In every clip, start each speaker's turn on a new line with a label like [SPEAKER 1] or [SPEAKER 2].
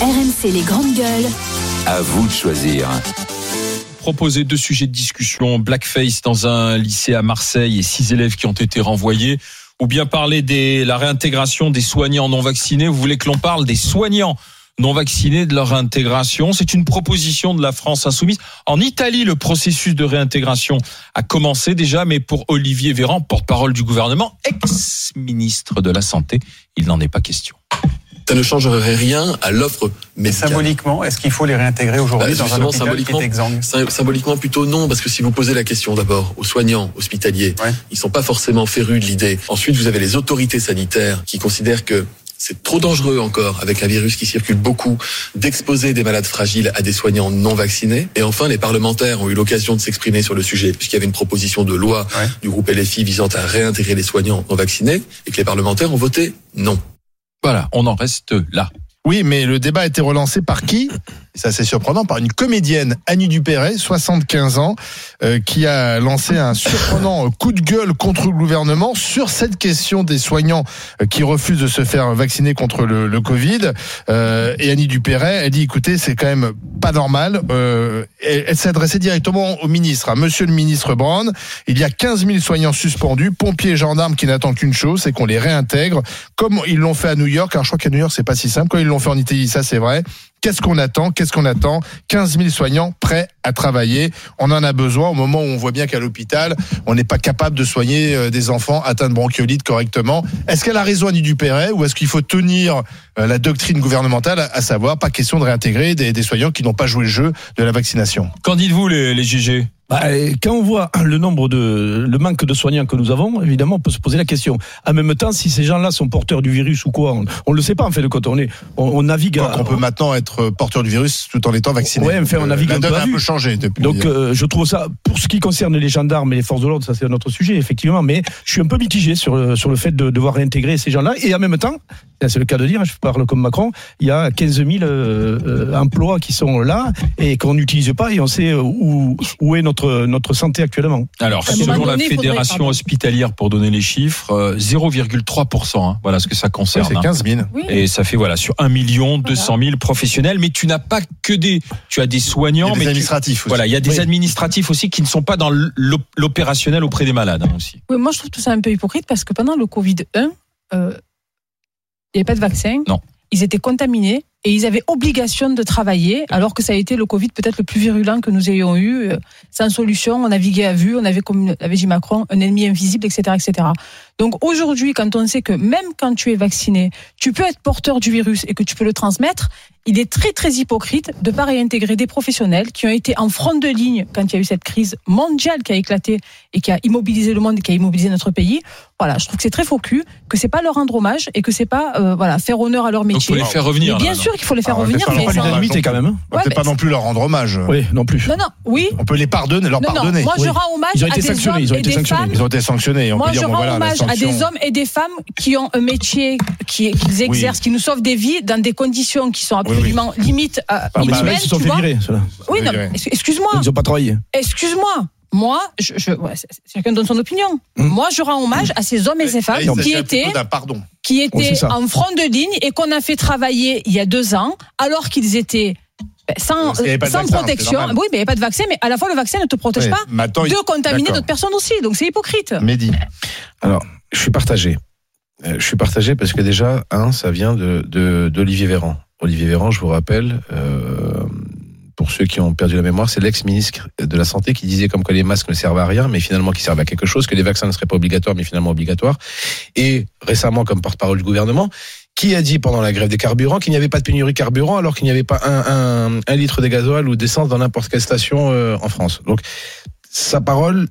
[SPEAKER 1] RMC les grandes gueules.
[SPEAKER 2] À vous de choisir.
[SPEAKER 3] Proposer deux sujets de discussion, blackface dans un lycée à Marseille et six élèves qui ont été renvoyés, ou bien parler de la réintégration des soignants non vaccinés. Vous voulez que l'on parle des soignants non vaccinés, de leur intégration. C'est une proposition de la France insoumise. En Italie, le processus de réintégration a commencé déjà, mais pour Olivier Véran, porte-parole du gouvernement, ex-ministre de la Santé, il n'en est pas question.
[SPEAKER 4] Ça ne changerait rien à l'offre
[SPEAKER 5] Mais
[SPEAKER 4] médicale.
[SPEAKER 5] symboliquement, est-ce qu'il faut les réintégrer
[SPEAKER 4] Bah,
[SPEAKER 5] aujourd'hui dans un
[SPEAKER 4] justement,
[SPEAKER 5] hôpital qui
[SPEAKER 4] symboliquement,
[SPEAKER 5] est exsangue
[SPEAKER 4] Sym- Symboliquement, plutôt non, parce que si vous posez la question d'abord aux soignants hospitaliers,
[SPEAKER 5] Ouais.
[SPEAKER 4] ils sont pas forcément férus de l'idée. Ensuite, vous avez les autorités sanitaires qui considèrent que c'est trop dangereux encore, avec un virus qui circule beaucoup, d'exposer des malades fragiles à des soignants non vaccinés. Et enfin, les parlementaires ont eu l'occasion de s'exprimer sur le sujet, puisqu'il y avait une proposition de loi
[SPEAKER 5] Ouais.
[SPEAKER 4] du groupe LFI visant à réintégrer les soignants non vaccinés, et que les parlementaires ont voté non.
[SPEAKER 3] Voilà, on en reste là.
[SPEAKER 6] Oui, mais le débat a été relancé par qui C'est assez surprenant, par une comédienne, Annie Dupéret, 75 ans, euh, qui a lancé un surprenant euh, coup de gueule contre le gouvernement sur cette question des soignants euh, qui refusent de se faire vacciner contre le, le Covid. Euh, et Annie Dupéret, elle dit, écoutez, c'est quand même pas normal. Euh, elle elle s'est adressée directement au ministre, à monsieur le ministre Brown. Il y a 15 000 soignants suspendus, pompiers et gendarmes qui n'attendent qu'une chose, c'est qu'on les réintègre, comme ils l'ont fait à New York. Alors je crois qu'à New York, c'est pas si simple. Comme ils l'ont fait en Italie, ça c'est vrai. Qu'est-ce qu'on attend Qu'est-ce qu'on attend 15 000 soignants prêts à travailler. On en a besoin au moment où on voit bien qu'à l'hôpital, on n'est pas capable de soigner euh, des enfants atteints de bronchiolite correctement. Est-ce qu'elle a raison, Annie Dupéret, ou est-ce qu'il faut tenir euh, la doctrine gouvernementale, à savoir pas question de réintégrer des, des soignants qui n'ont pas joué le jeu de la vaccination
[SPEAKER 3] Qu'en dites-vous, les, les GG
[SPEAKER 7] Bah, et quand on voit le nombre de, le manque de soignants que nous avons, évidemment, on peut se poser la question. En même temps, si ces gens-là sont porteurs du virus ou quoi, on, on le sait pas en fait de quand on est, on, on navigue. à-
[SPEAKER 6] Donc on peut maintenant être porteur du virus tout en étant vacciné.
[SPEAKER 7] Ouais, enfin, on
[SPEAKER 6] Euh,
[SPEAKER 7] navigue
[SPEAKER 6] la
[SPEAKER 7] un peu
[SPEAKER 6] donne
[SPEAKER 7] à
[SPEAKER 6] a un
[SPEAKER 7] vue.
[SPEAKER 6] peu changé depuis.
[SPEAKER 7] donc euh, je trouve ça, pour ce qui concerne les gendarmes et les forces de l'ordre, ça c'est un autre sujet effectivement, mais je suis un peu mitigé sur le- sur le fait de devoir réintégrer ces gens-là et en même temps, c'est le cas de dire, je parle comme Macron, il y a 15 000 euh, euh, emplois qui sont là et qu'on n'utilise pas et on sait euh, où où est notre notre santé actuellement.
[SPEAKER 3] Alors,
[SPEAKER 8] À un moment
[SPEAKER 3] selon la
[SPEAKER 8] donné, faudrait-
[SPEAKER 3] Fédération
[SPEAKER 8] pardon.
[SPEAKER 3] hospitalière, pour donner les chiffres, euh,
[SPEAKER 6] 0,3%.
[SPEAKER 3] hein, voilà ce que ça concerne.
[SPEAKER 6] c'est
[SPEAKER 3] hein.
[SPEAKER 6] 15 000.
[SPEAKER 8] Oui.
[SPEAKER 3] Et ça fait voilà sur 1 million 200 000 professionnels, mais tu n'as pas que des, tu as des soignants,
[SPEAKER 6] Il y
[SPEAKER 3] mais
[SPEAKER 6] a des
[SPEAKER 3] tu-
[SPEAKER 6] administratifs aussi.
[SPEAKER 3] voilà, il y a des
[SPEAKER 6] Oui.
[SPEAKER 3] administratifs aussi qui ne sont pas dans l'op- l'opérationnel auprès des malades hein, aussi.
[SPEAKER 8] Oui, moi, je trouve tout ça un peu hypocrite parce que pendant le Covid-1, euh, il n'y avait pas de vaccin.
[SPEAKER 3] Non.
[SPEAKER 8] Ils étaient contaminés et ils avaient obligation de travailler, alors que ça a été le Covid peut-être le plus virulent que nous ayons eu. euh, Sans solution, on naviguait à vue, on avait, comme l'avait dit Macron, un ennemi invisible, etc. etc. Donc aujourd'hui, quand on sait que même quand tu es vacciné, tu peux être porteur du virus et que tu peux le transmettre, il est très très hypocrite de ne pas réintégrer des professionnels qui ont été en front de ligne quand il y a eu cette crise mondiale qui a éclaté et qui a immobilisé le monde et qui a immobilisé notre pays. Voilà, je trouve que c'est très faux cul, que c'est pas leur rendre hommage et que c'est pas euh, voilà faire honneur à leur
[SPEAKER 3] Donc il faut
[SPEAKER 8] métier.
[SPEAKER 3] les faire
[SPEAKER 8] Mais
[SPEAKER 3] revenir.
[SPEAKER 8] bien
[SPEAKER 3] là,
[SPEAKER 8] sûr qu'il faut les faire
[SPEAKER 6] Ah, on va
[SPEAKER 8] revenir,
[SPEAKER 6] faire
[SPEAKER 8] mais
[SPEAKER 6] pas
[SPEAKER 8] ça-
[SPEAKER 6] l'unanimité.
[SPEAKER 7] L'unanimité quand même. hein.
[SPEAKER 6] On ne
[SPEAKER 8] Ouais,
[SPEAKER 6] peut
[SPEAKER 8] mais
[SPEAKER 6] pas non plus leur rendre hommage.
[SPEAKER 7] Oui, non plus.
[SPEAKER 8] Non non, oui.
[SPEAKER 6] On peut les pardonner, leur
[SPEAKER 8] Non, non,
[SPEAKER 6] pardonner.
[SPEAKER 8] moi
[SPEAKER 7] Oui.
[SPEAKER 8] je rends hommage
[SPEAKER 7] Ils ont
[SPEAKER 8] à
[SPEAKER 7] été
[SPEAKER 8] des
[SPEAKER 7] sanctionnés, ils
[SPEAKER 8] hommes
[SPEAKER 7] ont
[SPEAKER 8] et
[SPEAKER 7] été
[SPEAKER 8] des
[SPEAKER 7] sanctionnés,
[SPEAKER 8] femmes
[SPEAKER 6] Ils ont été sanctionnés. On
[SPEAKER 8] Moi,
[SPEAKER 6] peut
[SPEAKER 8] je
[SPEAKER 6] dire, bon,
[SPEAKER 8] rends
[SPEAKER 6] voilà, la
[SPEAKER 8] hommage à
[SPEAKER 6] sanction.
[SPEAKER 8] des hommes et des femmes qui ont un métier qui- qu'ils exercent, qui nous sauvent des vies dans des conditions qui sont
[SPEAKER 6] oui.
[SPEAKER 8] absolument limites à
[SPEAKER 7] Ah, bah,
[SPEAKER 8] inhumaines,
[SPEAKER 7] ils se sont
[SPEAKER 8] tu
[SPEAKER 7] fait
[SPEAKER 8] vois. Ah.
[SPEAKER 7] virer, ceux-là.
[SPEAKER 8] Oui, non,
[SPEAKER 6] Virer.
[SPEAKER 8] mais ex- excuse-moi,
[SPEAKER 7] Ils n'ont pas travaillé.
[SPEAKER 8] excuse-moi. Moi, je, je- ouais, c'est- c'est- chacun donne son opinion. Moi, je rends hommage à ces hommes et ces
[SPEAKER 6] Là,
[SPEAKER 8] femmes
[SPEAKER 6] il s'agit
[SPEAKER 8] qui
[SPEAKER 6] plutôt
[SPEAKER 8] étaient,
[SPEAKER 6] d'un pardon.
[SPEAKER 8] qui
[SPEAKER 7] Oui, c'est
[SPEAKER 8] étaient
[SPEAKER 7] ça.
[SPEAKER 8] en front de ligne et qu'on a fait travailler il y a deux ans, alors qu'ils étaient ben, sans,
[SPEAKER 6] Parce qu'il y avait pas de
[SPEAKER 8] sans
[SPEAKER 6] vaccin, c'est
[SPEAKER 8] protection.
[SPEAKER 6] normal.
[SPEAKER 8] Oui, mais il n'y avait pas de vaccin, mais à la fois le vaccin ne te protège
[SPEAKER 6] Oui.
[SPEAKER 8] pas
[SPEAKER 6] Maintenant, il-
[SPEAKER 8] de contaminer
[SPEAKER 6] D'accord. Mm.
[SPEAKER 8] d'autres personnes aussi. Donc c'est hypocrite.
[SPEAKER 6] Mehdi.
[SPEAKER 9] Je suis partagé. Euh, Je suis partagé parce que déjà, un, ça vient de de- d'Olivier Véran. Olivier Véran, je vous rappelle, euh, pour ceux qui ont perdu la mémoire, c'est l'ex-ministre de la Santé qui disait comme quoi les masques ne servent à rien, mais finalement qui servent à quelque chose, que les vaccins ne seraient pas obligatoires, mais finalement obligatoires. Et récemment, comme porte-parole du gouvernement, qui a dit pendant la grève des carburants qu'il n'y avait pas de pénurie carburant alors qu'il n'y avait pas un, un- un litre de gasoil ou d'essence dans n'importe quelle station euh, en France. Donc, sa parole,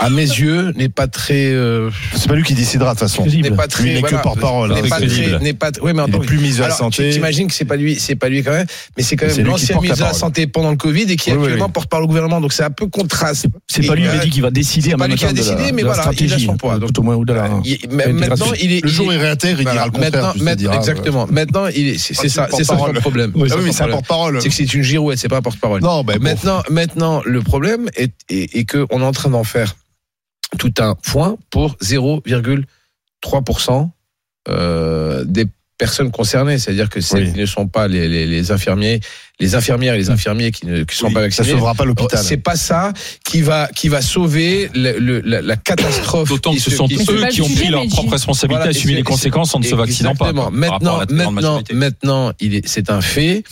[SPEAKER 9] à mes yeux, n'est pas très... euh,
[SPEAKER 6] C'est pas lui qui décidera de toute façon.
[SPEAKER 7] Crédible.
[SPEAKER 9] n'est pas
[SPEAKER 6] Lui, il
[SPEAKER 9] très
[SPEAKER 6] n'est que
[SPEAKER 9] voilà,
[SPEAKER 6] porte-parole, hein,
[SPEAKER 9] n'est pas
[SPEAKER 6] c'est
[SPEAKER 9] très-
[SPEAKER 6] crédible.
[SPEAKER 9] n'est pas oui mais en
[SPEAKER 6] Il
[SPEAKER 9] tant
[SPEAKER 6] est
[SPEAKER 9] que
[SPEAKER 6] plus mis à la
[SPEAKER 9] alors, tu-
[SPEAKER 6] santé.
[SPEAKER 9] t'imagines que c'est pas lui, c'est pas lui quand même, mais c'est quand
[SPEAKER 6] C'est
[SPEAKER 9] même
[SPEAKER 6] lui qui
[SPEAKER 9] l'ancien
[SPEAKER 6] porte la
[SPEAKER 9] ministre de la
[SPEAKER 6] parole.
[SPEAKER 9] santé pendant le Covid et qui
[SPEAKER 6] Oui, oui,
[SPEAKER 9] actuellement
[SPEAKER 6] oui.
[SPEAKER 9] porte par le gouvernement. Donc c'est un peu contraste.
[SPEAKER 7] C'est pas lui,
[SPEAKER 9] Et,
[SPEAKER 7] Mehdi,
[SPEAKER 9] euh,
[SPEAKER 7] qui va décider en
[SPEAKER 9] pas
[SPEAKER 7] même
[SPEAKER 9] lui qui
[SPEAKER 7] temps
[SPEAKER 9] va
[SPEAKER 7] de la-
[SPEAKER 9] décider, mais
[SPEAKER 7] de la
[SPEAKER 9] voilà, il a
[SPEAKER 7] stratégie,
[SPEAKER 9] son poids. Donc,
[SPEAKER 7] tout au moins, hein. ou de la-
[SPEAKER 9] il- mais
[SPEAKER 7] l'intégration.
[SPEAKER 9] maintenant, il est
[SPEAKER 6] Le jour où
[SPEAKER 9] il
[SPEAKER 6] il
[SPEAKER 9] est-
[SPEAKER 6] réintègre, il
[SPEAKER 9] voilà,
[SPEAKER 6] dira le contraire.
[SPEAKER 9] maintenant,
[SPEAKER 6] tu sais,
[SPEAKER 9] maintenant-
[SPEAKER 6] dira, euh, Ah,
[SPEAKER 9] exactement. Maintenant, il est- c'est c'est ça, c'est ça son
[SPEAKER 6] porte-parole.
[SPEAKER 9] problème.
[SPEAKER 6] euh,
[SPEAKER 9] C'est
[SPEAKER 6] Ah oui,
[SPEAKER 9] son
[SPEAKER 6] mais c'est un
[SPEAKER 9] problème.
[SPEAKER 6] porte-parole.
[SPEAKER 9] C'est que c'est une girouette, c'est pas un porte-parole.
[SPEAKER 6] Non, ben, bon.
[SPEAKER 9] Maintenant, maintenant, le problème est, est, est que on est en train d'en faire tout un point pour 0,3% euh, des personnes concernées. C'est-à-dire que celles
[SPEAKER 6] Oui.
[SPEAKER 9] qui ne sont pas les, les, les infirmiers, les infirmières et les infirmiers qui ne qui sont
[SPEAKER 6] Oui,
[SPEAKER 9] pas
[SPEAKER 6] ça
[SPEAKER 9] vaccinés.
[SPEAKER 6] sauvera pas l'hôpital.
[SPEAKER 9] C'est pas ça qui va qui va sauver le- le- la, la catastrophe.
[SPEAKER 3] D'autant que ce
[SPEAKER 9] se-
[SPEAKER 3] sont
[SPEAKER 9] se-
[SPEAKER 8] c'est
[SPEAKER 3] eux
[SPEAKER 8] pas
[SPEAKER 3] qui
[SPEAKER 8] le
[SPEAKER 3] ont
[SPEAKER 8] sujet,
[SPEAKER 3] pris leur
[SPEAKER 8] mais
[SPEAKER 3] propre
[SPEAKER 8] je-
[SPEAKER 3] responsabilité
[SPEAKER 9] Voilà,
[SPEAKER 3] à
[SPEAKER 9] et
[SPEAKER 3] assumer
[SPEAKER 9] c'est-
[SPEAKER 3] les conséquences en ne se vaccinant pas.
[SPEAKER 9] Exactement.
[SPEAKER 3] par rapport
[SPEAKER 9] Maintenant,
[SPEAKER 3] à la très grande
[SPEAKER 9] maintenant,
[SPEAKER 3] majorité.
[SPEAKER 9] maintenant, il est, c'est un fait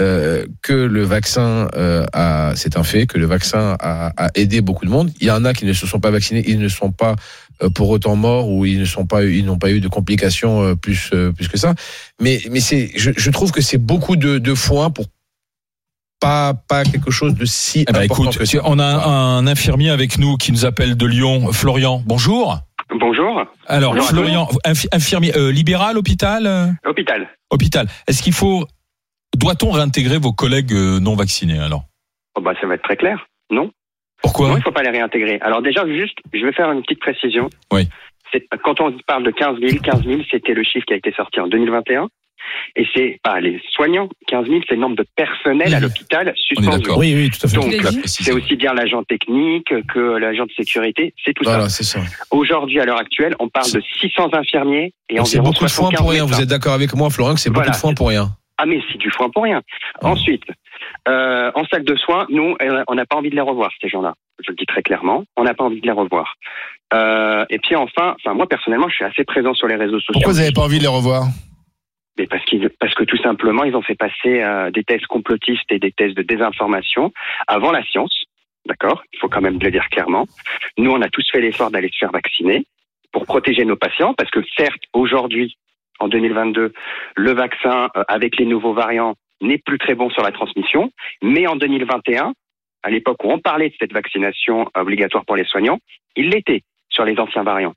[SPEAKER 9] euh, que le vaccin euh, a, c'est un fait que le vaccin a, a aidé beaucoup de monde. Il y en a qui ne se sont pas vaccinés, ils ne sont pas euh, pour autant morts ou ils ne sont pas, ils n'ont pas eu de complications euh, plus euh, plus que ça. Mais mais c'est, je, je trouve que c'est beaucoup de, de foin pour pas pas quelque chose de si
[SPEAKER 3] Eh ben,
[SPEAKER 9] important
[SPEAKER 3] écoute,
[SPEAKER 9] que ça.
[SPEAKER 3] on a un, un infirmier avec nous qui nous appelle de Lyon, Florian. Bonjour.
[SPEAKER 1] Bonjour,
[SPEAKER 3] Alors,
[SPEAKER 1] Bonjour à
[SPEAKER 3] Florian, infi- infirmier euh, libéral, hôpital, euh,
[SPEAKER 1] hôpital.
[SPEAKER 3] hôpital. Est-ce qu'il faut, doit-on réintégrer vos collègues euh, non vaccinés alors
[SPEAKER 1] Oh bah, ça va être très clair. Non,
[SPEAKER 3] Pourquoi
[SPEAKER 1] non, il faut pas les réintégrer. Alors déjà, juste, je vais faire une petite précision.
[SPEAKER 3] Oui.
[SPEAKER 1] C'est- Quand on parle de 15 000, 15 000, c'était le chiffre qui a été sorti en 2021. Et c'est pas les soignants. 15 000, c'est le nombre de personnels à
[SPEAKER 3] Oui.
[SPEAKER 1] l'hôpital
[SPEAKER 3] On est
[SPEAKER 1] suspendu.
[SPEAKER 3] d'accord.
[SPEAKER 7] Oui, oui, tout à fait.
[SPEAKER 1] Donc,
[SPEAKER 8] Il a dit.
[SPEAKER 1] c'est aussi bien l'agent technique que l'agent de sécurité. C'est tout
[SPEAKER 9] Voilà,
[SPEAKER 1] ça.
[SPEAKER 9] c'est ça.
[SPEAKER 1] Aujourd'hui, à l'heure actuelle, on parle de 600 infirmiers et
[SPEAKER 9] Donc, c'est
[SPEAKER 1] environ
[SPEAKER 9] beaucoup de foin
[SPEAKER 1] 75
[SPEAKER 9] pour rien.
[SPEAKER 1] médecins.
[SPEAKER 9] Vous êtes d'accord avec moi, Florian, que c'est
[SPEAKER 1] Voilà.
[SPEAKER 9] beaucoup de foin pour rien.
[SPEAKER 1] Ah mais c'est du foin pour rien.
[SPEAKER 9] Ah.
[SPEAKER 1] Ensuite, euh, en salle de soins, nous, euh, on n'a pas envie de les revoir, ces gens-là. Je le dis très clairement, on n'a pas envie de les revoir. Euh, et puis enfin, enfin moi personnellement, je suis assez présent sur les réseaux sociaux.
[SPEAKER 6] Pourquoi vous n'avez pas envie de les revoir
[SPEAKER 1] Mais parce, qu'ils- parce que tout simplement, ils ont fait passer euh, des thèses complotistes et des thèses de désinformation avant la science. D'accord Il faut quand même le dire clairement. Nous, on a tous fait l'effort d'aller se faire vacciner pour protéger nos patients, parce que certes, aujourd'hui, en 2022, le vaccin, euh, avec les nouveaux variants, n'est plus très bon sur la transmission, mais en 2021, à l'époque où on parlait de cette vaccination obligatoire pour les soignants, il l'était sur les anciens variants.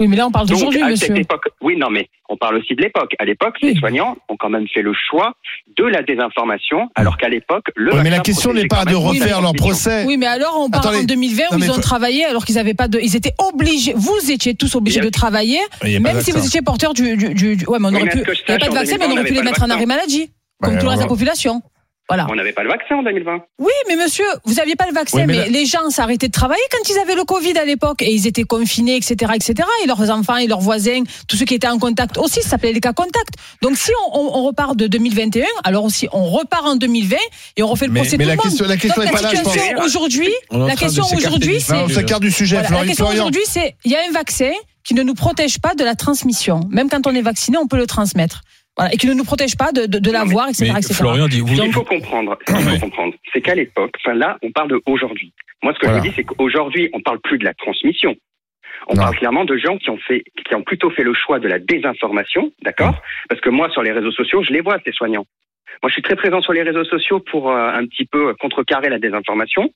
[SPEAKER 8] Oui, mais là, on parle
[SPEAKER 1] Donc,
[SPEAKER 6] ah,
[SPEAKER 8] d'aujourd'hui,
[SPEAKER 1] à
[SPEAKER 8] monsieur.
[SPEAKER 1] cette époque, oui, non, mais on parle aussi de l'époque. À l'époque,
[SPEAKER 8] Oui.
[SPEAKER 1] les soignants ont quand même fait le choix de la désinformation, alors qu'à l'époque, le.
[SPEAKER 6] Ouais, Mais
[SPEAKER 1] vaccin
[SPEAKER 6] la question
[SPEAKER 1] protégeait
[SPEAKER 6] n'est pas
[SPEAKER 1] quand
[SPEAKER 6] de
[SPEAKER 1] même la
[SPEAKER 6] refaire leur
[SPEAKER 1] transmission.
[SPEAKER 6] procès.
[SPEAKER 8] Oui, mais alors on parle
[SPEAKER 6] Attendez.
[SPEAKER 8] en 2020
[SPEAKER 6] Non,
[SPEAKER 8] où
[SPEAKER 6] mais
[SPEAKER 8] ils ont
[SPEAKER 6] faut-
[SPEAKER 8] travaillé alors qu'ils n'avaient pas de. Ils étaient obligés. Vous étiez tous obligés
[SPEAKER 1] Il y a-
[SPEAKER 8] de travailler,
[SPEAKER 6] Il y a pas de
[SPEAKER 8] même si
[SPEAKER 6] vaccin.
[SPEAKER 8] vous étiez porteur du. du, du- du- Ouais, mais on
[SPEAKER 1] Oui,
[SPEAKER 8] aurait
[SPEAKER 1] mais à
[SPEAKER 8] pu.
[SPEAKER 1] ce que je
[SPEAKER 8] Il n'y avait pas
[SPEAKER 1] sache,
[SPEAKER 8] de
[SPEAKER 1] en
[SPEAKER 8] vaccin, mais
[SPEAKER 1] 2020,
[SPEAKER 8] on aurait pu
[SPEAKER 1] on
[SPEAKER 8] les
[SPEAKER 1] n'avait
[SPEAKER 8] mettre
[SPEAKER 1] pas
[SPEAKER 8] en
[SPEAKER 1] le
[SPEAKER 8] arrêt maladie,
[SPEAKER 6] Ouais,
[SPEAKER 8] comme tout le reste de
[SPEAKER 6] voilà.
[SPEAKER 8] la population. Voilà.
[SPEAKER 1] On n'avait pas le vaccin en 2020.
[SPEAKER 8] Oui, mais monsieur, vous n'aviez pas le vaccin,
[SPEAKER 6] Oui, mais
[SPEAKER 8] mais,
[SPEAKER 6] là-
[SPEAKER 8] les gens s'arrêtaient de travailler quand ils avaient le Covid à l'époque et ils étaient confinés, etc., etc. Et leurs enfants et leurs voisins, tous ceux qui étaient en contact aussi, ça s'appelait les cas contacts. Donc si on, on- on repart de 2021, alors aussi on repart en 2020 et on refait le
[SPEAKER 6] Mais,
[SPEAKER 8] procès
[SPEAKER 6] mais
[SPEAKER 8] tout
[SPEAKER 6] la
[SPEAKER 8] le monde.
[SPEAKER 6] question, la question
[SPEAKER 8] Donc,
[SPEAKER 6] n'est
[SPEAKER 8] la
[SPEAKER 6] pas là, je pense.
[SPEAKER 8] situation aujourd'hui,
[SPEAKER 9] On est en
[SPEAKER 8] la
[SPEAKER 9] train de
[SPEAKER 8] question
[SPEAKER 9] s'écarter
[SPEAKER 8] aujourd'hui,
[SPEAKER 9] du-
[SPEAKER 8] c'est-
[SPEAKER 6] Non, on s'écarte du sujet,
[SPEAKER 8] Voilà, la
[SPEAKER 6] Florian.
[SPEAKER 8] question
[SPEAKER 6] Florian.
[SPEAKER 8] aujourd'hui, c'est il y a un vaccin qui ne nous protège pas de la transmission. Même quand on est vacciné, on peut le transmettre. Voilà, et qui ne nous protège pas de, de, de l'avoir, etc.
[SPEAKER 3] Mais
[SPEAKER 8] etc.
[SPEAKER 3] Florian dit, vous,
[SPEAKER 1] Ce qu'il faut comprendre, ce qu'il faut
[SPEAKER 3] Ouais.
[SPEAKER 1] comprendre, c'est qu'à l'époque, enfin là, on parle d'aujourd'hui. Moi, ce que
[SPEAKER 6] Voilà.
[SPEAKER 1] je vous dis, c'est qu'aujourd'hui, on parle plus de la transmission. On
[SPEAKER 6] Non.
[SPEAKER 1] parle clairement de gens qui ont fait, qui ont plutôt fait le choix de la désinformation, d'accord Parce que moi, sur les réseaux sociaux, je les vois ces soignants. Moi, je suis très présent sur les réseaux sociaux pour euh, un petit peu euh, contrecarrer la désinformation,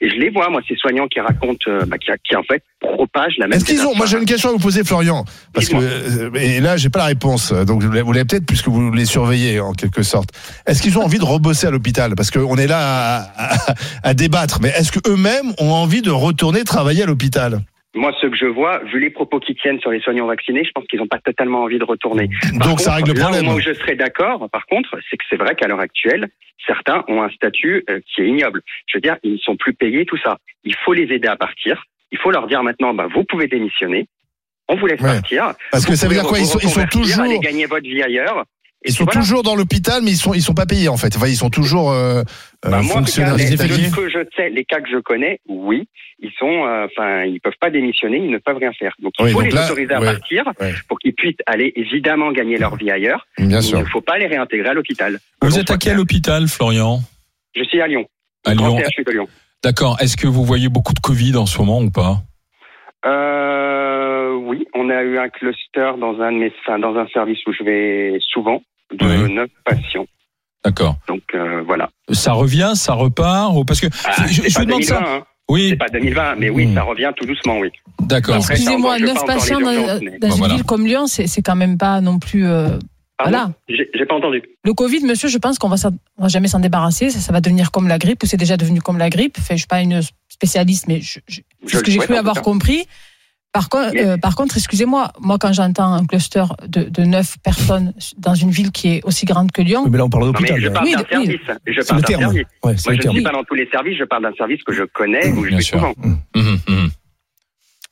[SPEAKER 1] et je les vois, moi, ces soignants qui racontent, euh, bah, qui, qui, en fait propagent la même.
[SPEAKER 6] Est-ce qu'ils ont Moi, j'ai une question à vous poser, Florian, parce que
[SPEAKER 1] Dites-moi.
[SPEAKER 6] euh, et là, j'ai pas la réponse. Donc, vous l'avez- vous l'avez peut-être puisque vous les surveillez en quelque sorte. Est-ce qu'ils ont envie de rebosser à l'hôpital Parce qu'on est là à, à- à débattre. Mais est-ce que eux-mêmes ont envie de retourner travailler à l'hôpital
[SPEAKER 1] Moi, ce que je vois, vu les propos qui tiennent sur les soignants vaccinés, je pense qu'ils n'ont pas totalement envie de retourner. Par
[SPEAKER 6] Donc, ça
[SPEAKER 1] contre,
[SPEAKER 6] règle le
[SPEAKER 1] là
[SPEAKER 6] problème.
[SPEAKER 1] Là où moi, je serais d'accord, par contre, c'est que c'est vrai qu'à l'heure actuelle, certains ont un statut euh, qui est ignoble. Je veux dire, ils ne sont plus payés, tout ça. Il faut les aider à partir. Il faut leur dire maintenant, bah, vous pouvez démissionner. On vous laisse
[SPEAKER 6] Ouais.
[SPEAKER 1] partir.
[SPEAKER 6] Parce que ça veut
[SPEAKER 1] Vous
[SPEAKER 6] dire quoi
[SPEAKER 1] pouvez
[SPEAKER 6] Ils sont, ils sont
[SPEAKER 1] vous reconvertir,
[SPEAKER 6] toujours,
[SPEAKER 1] Allez gagner votre vie ailleurs. Et
[SPEAKER 6] ils sont
[SPEAKER 1] puis voilà.
[SPEAKER 6] toujours dans l'hôpital, mais ils sont, ils sont pas payés en fait. Enfin, ils sont toujours euh, euh,
[SPEAKER 1] Bah, moi, en tout cas,
[SPEAKER 6] fonctionnaires
[SPEAKER 1] les, de
[SPEAKER 6] hospitaliers.
[SPEAKER 1] ce que je sais, les cas que je connais, oui, ils sont, euh, enfin, ils peuvent pas démissionner, ils ne peuvent rien faire. Donc, il
[SPEAKER 6] Oui,
[SPEAKER 1] faut
[SPEAKER 6] donc
[SPEAKER 1] les
[SPEAKER 6] là,
[SPEAKER 1] autoriser à
[SPEAKER 6] ouais,
[SPEAKER 1] partir
[SPEAKER 6] ouais.
[SPEAKER 1] pour qu'ils puissent aller évidemment gagner leur vie ailleurs.
[SPEAKER 6] Bien
[SPEAKER 1] Il ne
[SPEAKER 6] sûr.
[SPEAKER 1] faut pas les réintégrer à l'hôpital.
[SPEAKER 3] vous
[SPEAKER 1] Bon,
[SPEAKER 3] êtes à
[SPEAKER 1] soit
[SPEAKER 3] quel
[SPEAKER 1] clair.
[SPEAKER 3] hôpital, Florian
[SPEAKER 1] Je suis à Lyon.
[SPEAKER 3] À Lyon.
[SPEAKER 1] Grand CHU de Lyon.
[SPEAKER 3] D'accord. Est-ce que vous voyez beaucoup de Covid en ce moment ou pas
[SPEAKER 1] Euh, oui, on a eu un cluster dans un de mes- enfin, dans un service où je vais souvent de
[SPEAKER 3] Ouais.
[SPEAKER 1] neuf patients.
[SPEAKER 3] D'accord.
[SPEAKER 1] Donc euh, voilà.
[SPEAKER 3] Ça revient, ça repart ou parce que
[SPEAKER 1] Ah,
[SPEAKER 3] je,
[SPEAKER 1] c'est
[SPEAKER 3] je
[SPEAKER 1] pas
[SPEAKER 3] vous demande
[SPEAKER 1] 2020,
[SPEAKER 3] ça.
[SPEAKER 1] hein.
[SPEAKER 3] Oui,
[SPEAKER 1] C'est pas 2020, mais oui,
[SPEAKER 3] Hmm.
[SPEAKER 1] ça revient tout doucement, oui.
[SPEAKER 3] d'accord.
[SPEAKER 1] Après, ça, on
[SPEAKER 8] Excusez-moi,
[SPEAKER 1] voit, je
[SPEAKER 8] 9
[SPEAKER 1] parle dans les
[SPEAKER 8] patients dans,
[SPEAKER 1] urgences, mais-
[SPEAKER 8] dans
[SPEAKER 6] Bah,
[SPEAKER 8] une
[SPEAKER 3] Voilà.
[SPEAKER 8] ville comme Lyon, c'est c'est quand même pas non plus. euh,
[SPEAKER 1] Pardon
[SPEAKER 8] Voilà.
[SPEAKER 1] J'ai j'ai pas entendu.
[SPEAKER 8] Le Covid, monsieur, je pense qu'on va, s'en- on va jamais s'en débarrasser. Ça, ça va devenir comme la grippe, ou c'est déjà devenu comme la grippe. Enfin, je suis pas une spécialiste, mais je- je-
[SPEAKER 1] Je
[SPEAKER 8] c'est ce
[SPEAKER 1] le
[SPEAKER 8] que j'ai
[SPEAKER 1] souhaite,
[SPEAKER 8] cru
[SPEAKER 1] en
[SPEAKER 8] avoir
[SPEAKER 1] tout cas.
[SPEAKER 8] compris. Par, co-
[SPEAKER 1] Mais-
[SPEAKER 8] euh, par contre, excusez-moi, moi quand j'entends un cluster de, de 9 personnes dans une ville qui est aussi grande que Lyon,
[SPEAKER 7] Oui, Mais là, on parle
[SPEAKER 1] Non, mais
[SPEAKER 7] d'hôpital.
[SPEAKER 1] je
[SPEAKER 7] là.
[SPEAKER 1] parle
[SPEAKER 8] Oui,
[SPEAKER 1] d'un
[SPEAKER 8] oui.
[SPEAKER 1] service. Je
[SPEAKER 7] C'est le
[SPEAKER 1] parle d'un
[SPEAKER 7] terme.
[SPEAKER 1] service.
[SPEAKER 7] Ouais, c'est
[SPEAKER 1] Moi,
[SPEAKER 7] le
[SPEAKER 1] je ne
[SPEAKER 7] terme.
[SPEAKER 3] Mhm.
[SPEAKER 1] suis pas dans tous les services, je parle d'un service que je connais, où je
[SPEAKER 3] Bien
[SPEAKER 1] suis
[SPEAKER 3] sûr.
[SPEAKER 1] souvent.
[SPEAKER 3] Mhm, mhm.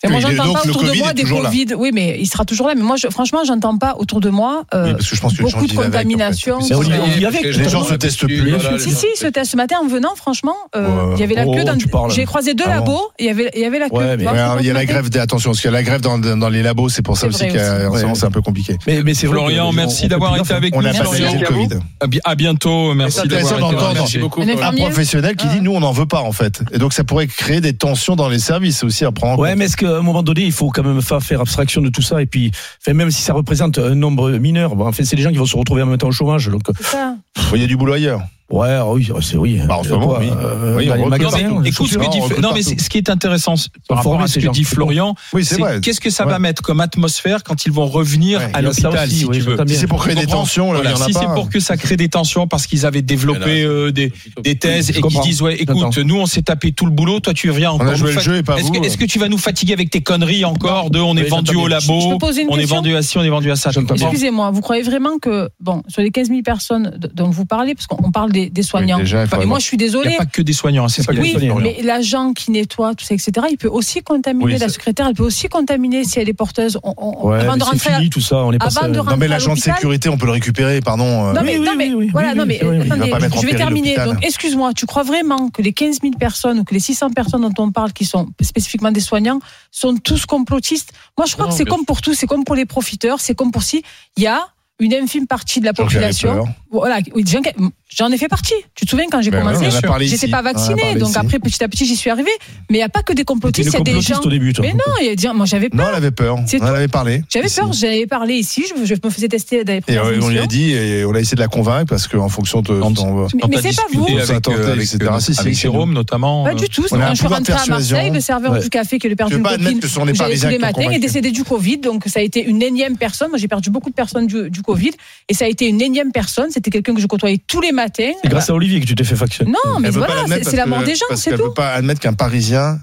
[SPEAKER 8] Mais moi,
[SPEAKER 6] Il est-
[SPEAKER 8] j'entends
[SPEAKER 6] donc,
[SPEAKER 8] pas
[SPEAKER 6] le
[SPEAKER 8] autour de
[SPEAKER 6] Covid
[SPEAKER 8] moi
[SPEAKER 6] est
[SPEAKER 8] des
[SPEAKER 6] toujours là.
[SPEAKER 8] Covid. Oui, mais il sera toujours là. Mais moi, je, franchement, j'entends pas autour de moi euh,
[SPEAKER 6] Oui, parce que je pense que les gens
[SPEAKER 8] beaucoup de
[SPEAKER 6] vivent avec, en fait.
[SPEAKER 8] contamination.
[SPEAKER 6] Mais c'est
[SPEAKER 7] on y-
[SPEAKER 8] Euh,
[SPEAKER 7] on vit
[SPEAKER 9] Parce
[SPEAKER 7] avec.
[SPEAKER 9] que
[SPEAKER 6] Les
[SPEAKER 7] tout le
[SPEAKER 6] gens
[SPEAKER 7] monde.
[SPEAKER 6] se testent plus.
[SPEAKER 9] Voilà,
[SPEAKER 8] Si, si, ce test ce matin en venant, franchement, euh,
[SPEAKER 6] Ouais.
[SPEAKER 8] il y avait la
[SPEAKER 7] Oh,
[SPEAKER 8] queue dans.
[SPEAKER 7] tu parles.
[SPEAKER 8] J'ai croisé deux
[SPEAKER 7] Ah bon.
[SPEAKER 8] labos, il y avait, il y avait la queue.
[SPEAKER 7] Ouais, mais-
[SPEAKER 8] tu vois,
[SPEAKER 6] Ouais, alors, il y a
[SPEAKER 8] ce
[SPEAKER 6] la
[SPEAKER 8] matin.
[SPEAKER 6] grève, des- attention, parce qu'il y a la grève dans, dans les labos, c'est pour ça
[SPEAKER 8] C'est
[SPEAKER 6] aussi
[SPEAKER 8] vrai
[SPEAKER 6] qu'en
[SPEAKER 7] aussi.
[SPEAKER 6] ce moment c'est un peu compliqué.
[SPEAKER 7] Mais, mais c'est vrai
[SPEAKER 3] Florian,
[SPEAKER 7] que-
[SPEAKER 3] merci
[SPEAKER 7] on-
[SPEAKER 3] d'avoir
[SPEAKER 7] on-
[SPEAKER 3] été avec
[SPEAKER 6] On
[SPEAKER 3] nous.
[SPEAKER 6] a
[SPEAKER 8] Merci.
[SPEAKER 6] banalisé le
[SPEAKER 3] Florian,
[SPEAKER 6] Covid.
[SPEAKER 3] à bi- à bientôt. Merci
[SPEAKER 6] C'est
[SPEAKER 3] d'avoir
[SPEAKER 6] intéressant
[SPEAKER 3] été là.
[SPEAKER 6] d'entendre.
[SPEAKER 9] Merci beaucoup.
[SPEAKER 7] euh,
[SPEAKER 8] Un
[SPEAKER 6] Un
[SPEAKER 8] infirmier.
[SPEAKER 6] professionnel qui
[SPEAKER 8] Ah.
[SPEAKER 6] dit nous on n'en veut pas en fait. Et donc ça pourrait créer des tensions dans les services, c'est aussi à prendre. en
[SPEAKER 7] Ouais,
[SPEAKER 6] compte.
[SPEAKER 7] mais est-ce qu'à un moment donné, il faut quand même fa- faire abstraction de tout ça et puis, enfin, même si ça représente un nombre mineur, bon, en fait, c'est les gens qui vont se retrouver en même temps au chômage. Donc,
[SPEAKER 8] C'est ça.
[SPEAKER 6] Faut- Il y a du boulot ailleurs.
[SPEAKER 7] ouais, ah oui, c'est oui.
[SPEAKER 6] Bah, en ce
[SPEAKER 7] Euh,
[SPEAKER 6] moment,
[SPEAKER 7] quoi,
[SPEAKER 6] oui.
[SPEAKER 7] euh,
[SPEAKER 6] Oui,
[SPEAKER 7] dans
[SPEAKER 6] on recrute
[SPEAKER 7] les
[SPEAKER 3] Non, mais
[SPEAKER 7] magasins, les
[SPEAKER 3] écoute ce que
[SPEAKER 7] chaussures,
[SPEAKER 3] dit
[SPEAKER 7] on
[SPEAKER 3] Fl-
[SPEAKER 6] recrute
[SPEAKER 3] non, mais
[SPEAKER 6] partout.
[SPEAKER 3] c'est- ce qui est intéressant c'est- par
[SPEAKER 7] Faut
[SPEAKER 3] rapport à
[SPEAKER 7] former
[SPEAKER 3] ce
[SPEAKER 7] ces
[SPEAKER 3] que
[SPEAKER 7] gens.
[SPEAKER 3] dit Florian,
[SPEAKER 6] Oui, c'est
[SPEAKER 3] c'est
[SPEAKER 6] vrai.
[SPEAKER 3] qu'est-ce que ça
[SPEAKER 6] Ouais.
[SPEAKER 3] va mettre comme atmosphère quand ils vont revenir
[SPEAKER 6] Ouais,
[SPEAKER 3] à
[SPEAKER 7] il y a ça
[SPEAKER 3] l'hôpital
[SPEAKER 7] aussi,
[SPEAKER 3] si
[SPEAKER 7] oui,
[SPEAKER 3] tu veux.
[SPEAKER 7] j'entends bien.
[SPEAKER 6] Si c'est pour créer
[SPEAKER 3] Tu
[SPEAKER 6] des
[SPEAKER 3] comprends
[SPEAKER 6] tensions, là,
[SPEAKER 3] Voilà,
[SPEAKER 6] il y en a
[SPEAKER 3] si
[SPEAKER 6] pas.
[SPEAKER 3] c'est pour que ça crée des tensions parce qu'ils avaient développé euh, des, des thèses
[SPEAKER 7] Je
[SPEAKER 3] et qu'ils
[SPEAKER 7] comprends.
[SPEAKER 3] disent ouais écoute
[SPEAKER 7] J'entends.
[SPEAKER 3] nous on s'est tapé tout le boulot toi tu viens
[SPEAKER 6] On
[SPEAKER 3] encore
[SPEAKER 6] a joué
[SPEAKER 3] nous fat-
[SPEAKER 6] le jeu et pas
[SPEAKER 3] est-ce
[SPEAKER 6] vous. hein.
[SPEAKER 3] que, est-ce que tu vas nous fatiguer avec tes conneries encore de on est
[SPEAKER 7] Oui,
[SPEAKER 3] vendu
[SPEAKER 7] j'entends
[SPEAKER 3] au
[SPEAKER 7] bien.
[SPEAKER 8] Je
[SPEAKER 3] labo
[SPEAKER 8] peux poser une
[SPEAKER 3] Oh, on est
[SPEAKER 8] question
[SPEAKER 3] vendu à ci on est vendu à ça tu
[SPEAKER 7] J'entends bien.
[SPEAKER 3] comprends
[SPEAKER 8] Excusez-moi, vous croyez vraiment que, bon, sur les 15 000 personnes d- dont vous parlez, parce qu'on on parle des, des soignants,
[SPEAKER 6] Oui, déjà, il faut
[SPEAKER 8] et moi
[SPEAKER 6] avoir-
[SPEAKER 8] je suis
[SPEAKER 3] il n'y
[SPEAKER 8] désolée,
[SPEAKER 3] a pas que des soignants hein, c'est
[SPEAKER 7] Il y
[SPEAKER 3] ça
[SPEAKER 7] a pas que
[SPEAKER 3] qu'il
[SPEAKER 7] des
[SPEAKER 3] a dit
[SPEAKER 8] Oui,
[SPEAKER 7] soignants.
[SPEAKER 3] Florian.
[SPEAKER 8] mais l'agent qui nettoie, tout ça, etc., il peut aussi contaminer
[SPEAKER 6] Oui,
[SPEAKER 8] la
[SPEAKER 6] ça-
[SPEAKER 8] secrétaire, il peut aussi contaminer si elle est porteuse. On- on-
[SPEAKER 7] Ouais,
[SPEAKER 8] avant
[SPEAKER 7] mais
[SPEAKER 8] de
[SPEAKER 7] c'est
[SPEAKER 8] rentrer à-
[SPEAKER 7] fini tout ça. On est
[SPEAKER 8] avant
[SPEAKER 7] passé.
[SPEAKER 8] de
[SPEAKER 6] Non mais
[SPEAKER 8] à
[SPEAKER 6] l'agent de
[SPEAKER 8] l'hôpital-
[SPEAKER 6] sécurité, on peut le récupérer, pardon. euh,
[SPEAKER 8] Non, mais,
[SPEAKER 7] Oui,
[SPEAKER 8] non,
[SPEAKER 7] oui,
[SPEAKER 8] mais,
[SPEAKER 7] oui,
[SPEAKER 8] voilà,
[SPEAKER 7] oui,
[SPEAKER 8] non,
[SPEAKER 7] oui,
[SPEAKER 8] mais
[SPEAKER 7] c'est vrai.
[SPEAKER 8] euh,
[SPEAKER 7] Il va
[SPEAKER 8] attendez,
[SPEAKER 6] pas mettre en
[SPEAKER 8] je vais
[SPEAKER 6] péril
[SPEAKER 8] terminer.
[SPEAKER 6] l'hôpital.
[SPEAKER 8] Donc, excuse-moi, tu crois vraiment que les 15 000 personnes ou que les 600 personnes dont on parle, qui sont spécifiquement des soignants, sont tous complotistes Moi, je crois
[SPEAKER 9] Non,
[SPEAKER 8] que c'est
[SPEAKER 9] bien
[SPEAKER 8] comme pour tout, c'est comme pour les profiteurs, c'est comme pour si il y a une infime partie de la
[SPEAKER 6] donc, j'avais
[SPEAKER 8] population.
[SPEAKER 6] peur.
[SPEAKER 8] Voilà, oui, des gens qui- j'en ai fait partie. Tu te souviens quand j'ai
[SPEAKER 6] Ben
[SPEAKER 8] commencé
[SPEAKER 6] ouais, on en a parlé
[SPEAKER 8] J'étais
[SPEAKER 6] ici.
[SPEAKER 8] pas
[SPEAKER 6] On en a
[SPEAKER 8] vaccinée,
[SPEAKER 6] parlé
[SPEAKER 8] donc
[SPEAKER 6] ici.
[SPEAKER 8] après petit à petit j'y suis arrivée. Mais il n'y a pas que des
[SPEAKER 7] T'es
[SPEAKER 8] complotistes,
[SPEAKER 7] le
[SPEAKER 8] il y a des
[SPEAKER 7] complotiste
[SPEAKER 8] gens.
[SPEAKER 7] au début, toi.
[SPEAKER 8] Mais non, il y a des gens. Moi j'avais
[SPEAKER 6] Non,
[SPEAKER 8] peur.
[SPEAKER 6] elle avait peur.
[SPEAKER 8] C'est
[SPEAKER 6] On en avait parlé.
[SPEAKER 8] J'avais
[SPEAKER 6] ici.
[SPEAKER 8] peur, j'avais parlé ici, je, je me faisais tester dans les
[SPEAKER 6] Et
[SPEAKER 8] premières
[SPEAKER 6] euh, on lui a
[SPEAKER 8] émissions.
[SPEAKER 6] dit et on a essayé de la convaincre parce qu'en fonction de
[SPEAKER 3] Quand-
[SPEAKER 6] son-
[SPEAKER 8] Mais,
[SPEAKER 3] Quand
[SPEAKER 8] mais
[SPEAKER 3] t'as
[SPEAKER 8] c'est pas
[SPEAKER 3] discuté
[SPEAKER 8] vous.
[SPEAKER 6] Ça
[SPEAKER 3] avec,
[SPEAKER 6] tentait,
[SPEAKER 3] euh, avec,
[SPEAKER 6] etc.
[SPEAKER 3] euh,
[SPEAKER 6] Si, si,
[SPEAKER 3] avec
[SPEAKER 6] chez nous.
[SPEAKER 3] Jérôme notamment
[SPEAKER 8] Pas
[SPEAKER 3] euh,
[SPEAKER 8] du tout.
[SPEAKER 6] on a un
[SPEAKER 8] Quand je suis
[SPEAKER 6] pouvoir de
[SPEAKER 8] rentrée à
[SPEAKER 6] persuasion.
[SPEAKER 8] Marseille, le serveur
[SPEAKER 7] Ouais.
[SPEAKER 8] du café qui est le père
[SPEAKER 6] Tu
[SPEAKER 8] d'une
[SPEAKER 6] veux pas
[SPEAKER 8] copine,
[SPEAKER 6] admettre que ce sont les
[SPEAKER 8] que j'allais tous
[SPEAKER 6] Parisiens
[SPEAKER 8] les
[SPEAKER 6] qui
[SPEAKER 8] matins,
[SPEAKER 6] t'ont
[SPEAKER 8] est
[SPEAKER 6] convaincu.
[SPEAKER 8] décédé du Covid. Donc ça a été une énième personne. Moi j'ai perdu beaucoup de personnes du, du Covid. Et ça a été une énième personne. C'était quelqu'un que je côtoyais tous les matins.
[SPEAKER 7] C'est grâce à Olivier que tu t'es fait factionner.
[SPEAKER 8] Non, mais
[SPEAKER 6] Elle veut pas
[SPEAKER 8] voilà,
[SPEAKER 6] l'admettre
[SPEAKER 8] c'est c'est la
[SPEAKER 6] parce
[SPEAKER 8] mort
[SPEAKER 6] que-
[SPEAKER 8] des gens,
[SPEAKER 6] parce
[SPEAKER 8] c'est
[SPEAKER 6] qu'elle
[SPEAKER 8] tout.
[SPEAKER 6] veut pas admettre qu'un Parisien.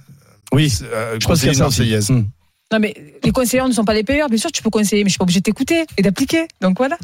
[SPEAKER 7] Oui.
[SPEAKER 6] euh,
[SPEAKER 7] Je pense qu'il y a
[SPEAKER 6] conseille
[SPEAKER 7] ça
[SPEAKER 6] une
[SPEAKER 7] aussi.
[SPEAKER 6] Marseillaise.
[SPEAKER 7] Hum.
[SPEAKER 8] Non, mais les conseillers ne sont pas les payeurs. Bien sûr, tu peux conseiller, mais je suis pas obligé de t'écouter et d'appliquer. Donc voilà.